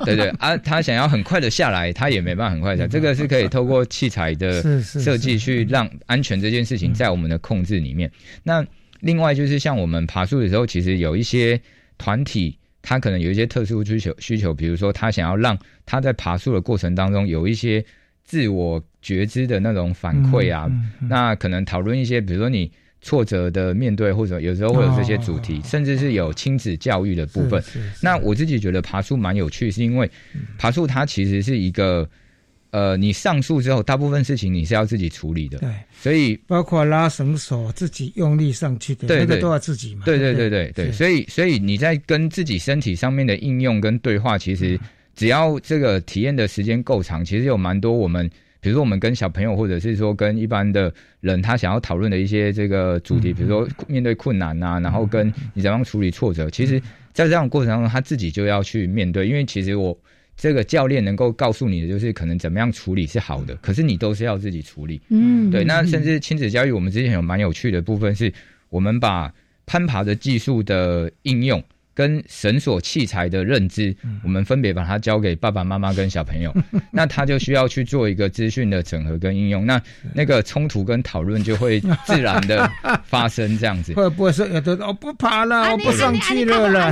对对啊，他想要很快的下来，他也没办法很快地下来。这个是可以透过器材
是
的
是
呃设计去让安全这件事情在我们的控制里面。那另外就是像我们爬树的时候，其实有一些团体，他可能有一些特殊需求需求，比如说他想要让他在爬树的过程当中有一些自我觉知的那种反馈啊，
嗯嗯嗯
那可能讨论一些，比如说你挫折的面对，或者有时候会有这些
哦
主题，甚至是有亲子教育的部分。
是是是
那我自己觉得爬树蛮有趣，是因为爬树它其实是一个，呃，你上树之后，大部分事情你是要自己处理的，
对，
所以
包括拉绳索自己用力上去的，
对
那个
对
都要自己嘛。
对
对不
对对对对，
是
所以所以你在跟自己身体上面的应用跟对话，其
嗯
实只要这个体验的时间够长，其实有蛮多我们，比如说我们跟小朋友，或者是说跟一般的人，他想要讨论的一些这个主
嗯
题，比如说面对困难啊，然后跟你怎么样处理挫折，其
嗯
实在这样的过程当中，他自己就要去面对，因为其实我。这个教练能够告诉你的就是可能怎么样处理是
嗯
好的，可是你都是要自己处理。
嗯
对，那
嗯
甚至亲子教育，我们之前有蛮有趣的部分是，我们把攀爬的技术的应用跟绳索器材的认知，
嗯
我们分别把它交给爸爸妈妈跟小 朋友，那他就需要去做一个资讯的整合跟应用，那那个冲突跟讨论就会自然的发生，这 样子。
会不会说有的我不爬
啊
了，我不上去了了？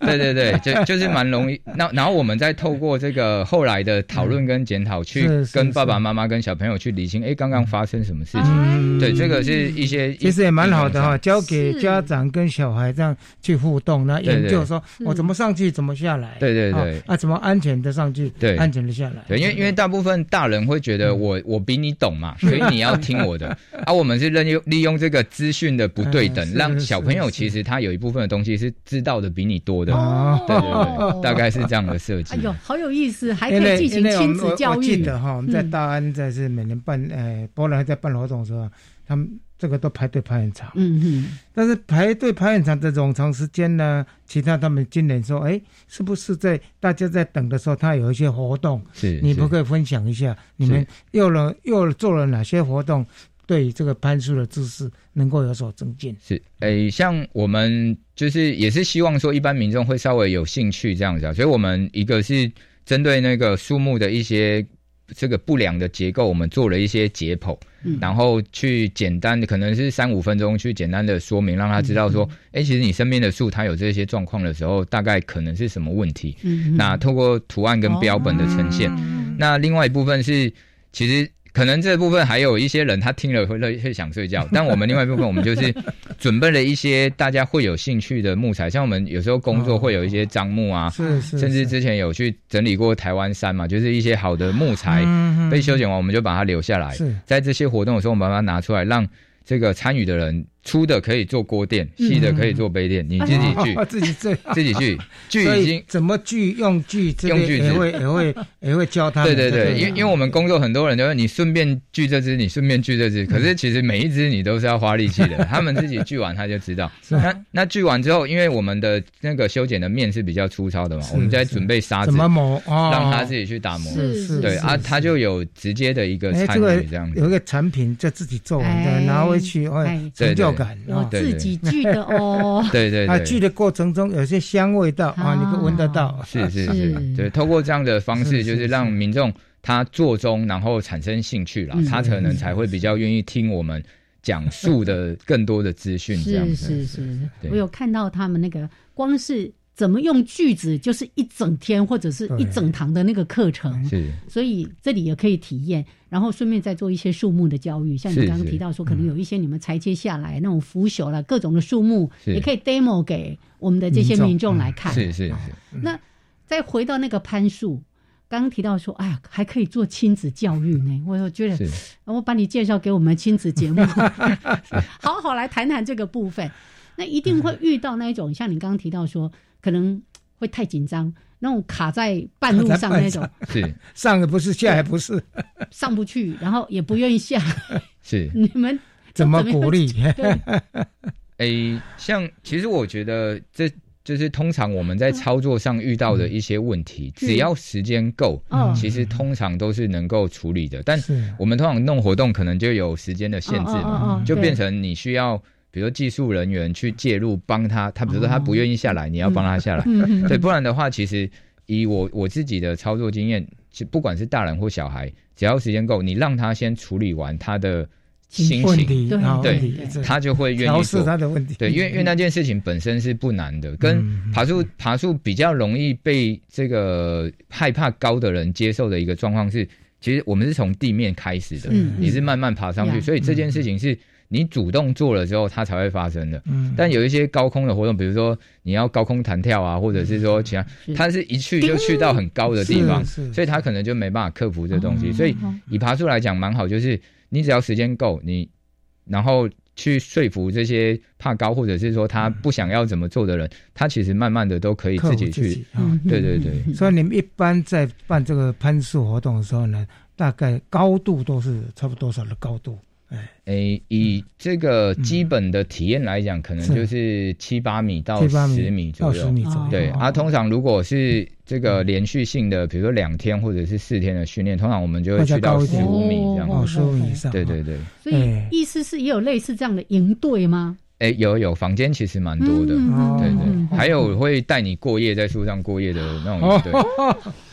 对对对，就就是蛮容易。那然后我们再透过这个后来的讨论跟检讨，去
是是
跟爸爸
是
妈妈跟小朋友去理清，哎，刚刚发生什么事情？
嗯
对，这个是一些
其实也蛮好的哈、
应用上
交给
是
家长跟小孩这样去互动，那
对对
研究说哦
是
我怎么上去，怎么下来，
对对对
啊，啊怎么安全的上去，
对
安全的下来，
对，因为因为大部分大人会觉
嗯
得我我比你懂嘛，所以你要听 我的啊。我们是利用利用这个资讯的不对
嗯
等，
是
让
是
小朋友
是
其实他有一部分的东西是知道的比你多的，
哦
啊对对对，大概是这样的设计
哎。呦，好有意思，还可
因为
以进行亲
因为我
子
们
教
我记
育。
得哈，我们在
嗯
大安在是每年办呃波兰在办活动的时候，他们这个都排队排很长，
嗯嗯，
但是排队排很长的冗长时间呢，其他他们今年说，哎，是不是在大家在等的时候，他有一些活动，
是，
你
是
不可以分享一下你们又了又做了哪些活动，对于这个攀树的知识能够有所增进？
是，诶、像我们就是也是希望说，一般民众会稍微有兴趣这样子啊，所以我们一个是针对那个树木的一些这个不良的结构，我们做了一些解剖，
嗯
然后去简单的可能是三五分钟去简单的说明，让他知道
嗯
说，诶、其实你身边的树它有这些状况的时候，大概可能是什么问题。
嗯
那透过图案跟标本的呈现，
哦
那另外一部分是，其实可能这部分还有一些人他听了会会会想睡 觉，但我们另外一部分我们就是 准备了一些大家会有兴趣的木材，像我们有时候工作会有一些樟木啊，
是是，
甚至
是
之前有去整理过台湾山嘛，就是一些好的木材
嗯嗯
被修剪完，我们就把它留下来。
是
在这些活动的时候，我们把它拿出来，让这个参与的人粗的可以做锅垫，细的可以做杯垫，你自己 锯，
哦自己最
自己锯，锯
嗯所
已
以
经
怎么锯用具之类
用具之
也会也会也会教他们。
对对对，因为
不
因为我们工作很多人就是你顺便锯这只，你顺便锯这只，可
嗯
是其实每一只你都是要花力气的。他们自己锯完他就 知道。那那锯完之后，因为我们的那个修剪的面是比较粗糙的嘛，
是
我们在准备沙子
怎，么磨啊？
让他自己去打磨。
是是
对
是
啊，他就有直接的一个
哎，
参
这个
与这样
有一
子。
个产品就自己做完的，
哎
拿回去，哎
哎，
成就感
我
啊。
对。
自己锯的哦
对对
啊，
对，
锯的过程中有些香味道啊，
啊
你都闻得到。
是是
是
是，对，透过这样的方
是
式，就是是让民众他做中，然后产生兴趣啦
嗯，
他可能才会比较愿意听我们讲述的更多的资讯，这样
是
子。
是是，
对
我有看到他们那个光是怎么用句子，就是一整天或者是一整堂的那个课程，
是
所以这里也可以体验，然后顺便再做一些树木的教育，像你
是
刚刚
是嗯
提到说，可能有一些你们裁切下来那种腐朽了各种的树木，
是嗯
也可以 demo 给我们的这些
民众
民众来看。
是是是，
那再回到那个攀树，刚刚提到说，哎呀，还可以做亲子教育呢。我有觉得
是，
我把你介绍给我们亲子节 目，好好来谈谈这个部分。那一定会遇到那一种，像你刚刚提到说，可能会太紧张，那种卡在半路上那 种，
是
上也不是，下也不是，
上不去，然后也不愿意下。
是，
你 们
怎么鼓励？
对，
诶，像其实我觉得这就是通常我们在操作上遇到的一些问题，
是
只要时间够，
哦
其实通常都是能够处理 的。但
是
我们通常弄活动可能就有时间的限制
哦
嘛，
哦哦
就
对
变成你需要。比如说技术人员去介入帮他，他比如说他不愿意下来，你要帮他下来，
嗯
对，不然的话，其实以我我自己的操作经验，其不管是大人或小孩，只要时间够，你让他先处理完他的心
问
情，
题
对
啊，
对
问题是
他就会愿
调
意
试他嗯的
做。
问题。嗯
对，因为因为那件事情本身是不难的，跟爬树爬树比较容易被这个害怕高的人接受的一个状况是，其实我们是从地面开始的，
嗯
你是慢慢爬上去，
嗯
所以这件事情是你主动做了之后，它才会发生的。
嗯
但有一些高空的活动，比如说你要高空弹跳啊，或者是说其他，它是一去就去到很高的地方，
嗯是是
所以它可能就没办法克服这东西。
哦
所以以爬树来讲，蛮好，就是你只要时间够，你然后去说服这些怕高或者是说他不想要怎么做的人，他其实慢慢的都可
嗯
以
克
自
服
己
自
去嗯
己
嗯
啊。
对对对，
所以你们一般在办这个攀树活动的时候呢，大概高度都是差不多多少的高度？
诶，以这个基本的体验来讲，可能
嗯是
就是七八米到
7-8米
十米左右。
到10米左右
对
哦
啊，通常如果是这个连续性的，比如说两天或者是四天的训练，通常我们就会
会再
去到
高一
十
点
五米这样。
哦，十五以上。
对对对。
所以意思是也有类似这样的营队吗？
哎，有有，房间其实蛮多的，
嗯
哦
对
嗯
对，还有会带你过夜在树上过夜的 那种营队，对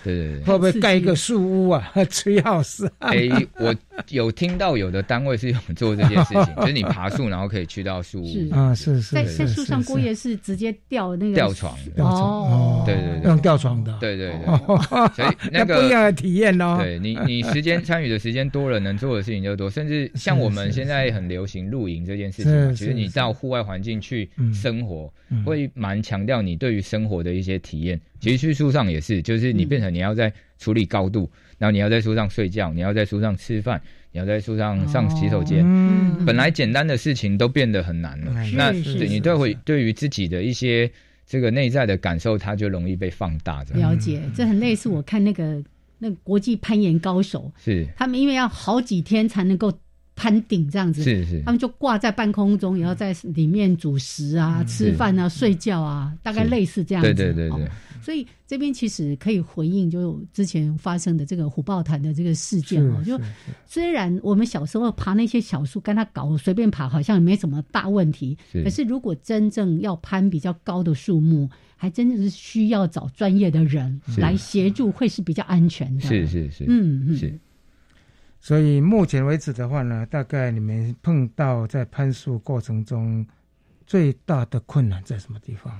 对对。
会不会盖一个树屋啊？ 吹号 式？
哎、我有听到有的单位是有做这件事 情，就是你爬树，然后可以去到树
是
屋
啊，是是
在
是
在树上
是
过夜是直接吊那个
吊床，
吊床
哦，
对对对
用，吊床的，
对对对，
哦，
所以 那个
不一样的体验
啊
哦。
对你，你时间参与的时间多了，能做的事情就多。甚至像我们现在很流行露营这件事情嘛，
是
其实你到户外环境去
嗯
生活，
嗯
会蛮强调你对于生活的一些体验。其实去树上也是，就是
嗯
你变成你要在处理高度，然后你要在树上睡觉，你要在树上吃饭，你要在树
哦
上上洗手间。
嗯，
本来简单的事情都变得很难了，
是
那
哎是
对
是
你对会对于自己的一些这个内在的感受，它就容易被放大这样
了解，
嗯
这很类似我看那个那个国际攀岩高手，
是
他们因为要好几天才能够攀顶这样子，
是是
他，们就挂在半空中，也要在里面主食
嗯
啊、吃饭啊、睡觉啊，大概类似这样子。
对对对对
哦。所以这边其实可以回应，就之前发生的这个虎豹潭的这个事件哦，
是
就是虽然我们小时候爬那些小树，跟他搞随便爬，好像也没什么大问题。
是
可是如果真正要攀比较高的树木，还真的是需要找专业的人
是
来协助，会是比较安全的。
是，是是，
嗯嗯，
是
所以目前为止的话呢，大概你们碰到在攀树过程中最大的困难在什么地方？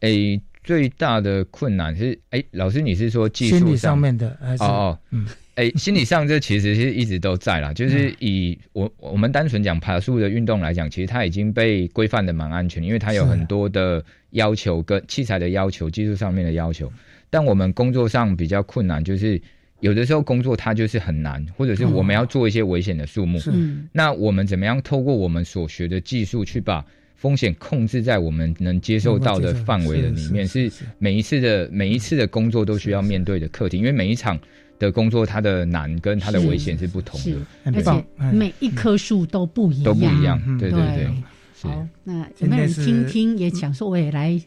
诶、最大的困难是诶、老师你是说技
心
术
理上面的还是？
哦哦，
嗯
诶、心理上这其实是一直都在啦，就是以我我们单纯讲爬树的运动来讲，其实它已经被规范的蛮安全，因为它有
是啊
很多的要求跟器材的要求、技术上面的要
嗯
求，但我们工作上比较困难，就是有的时候工作它就是很难，或者是我们要做一些危险的数目，
嗯是
嗯，
那我们怎么样透过我们所学的技术去把风险控制在我们能接受到的范围的里面？
是
是
是是
每一次的每一次的工作都需要面对的课题，因为每一场的工作它的难跟它的危险是不嗯同
是
的，，
很
而
棒哎
且每一棵树都不一样，
都不一样
嗯。
对对对，是
好，那有
今
没有人
天是
听听也想说我也来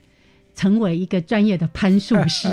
成为一个专业的攀树 师？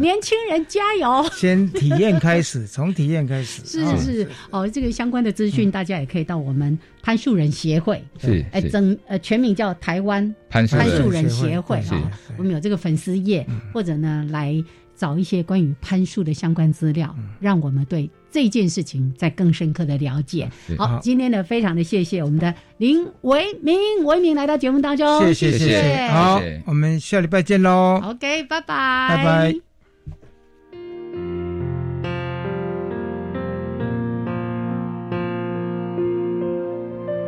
年轻人加油！
先体验开 始，从体验开始。
是
啊
是是，哦，这个相关的资讯大家也可以到我们攀树人协会，
是
哎，
嗯是
整呃全名叫台湾
攀树
攀树
的
人协会
是
啊，我们有这个粉丝页，
嗯
或者呢来找一些关于攀树的相关资料，
嗯
让我们对这件事情再更深刻的了
啊
解。
是
好
好，
今天呢非常的谢谢我们的林维明，维明来到节目当中，
谢谢
谢
谢
谢
谢，好
谢谢，
我们下礼拜见喽。
OK，拜拜，
拜拜。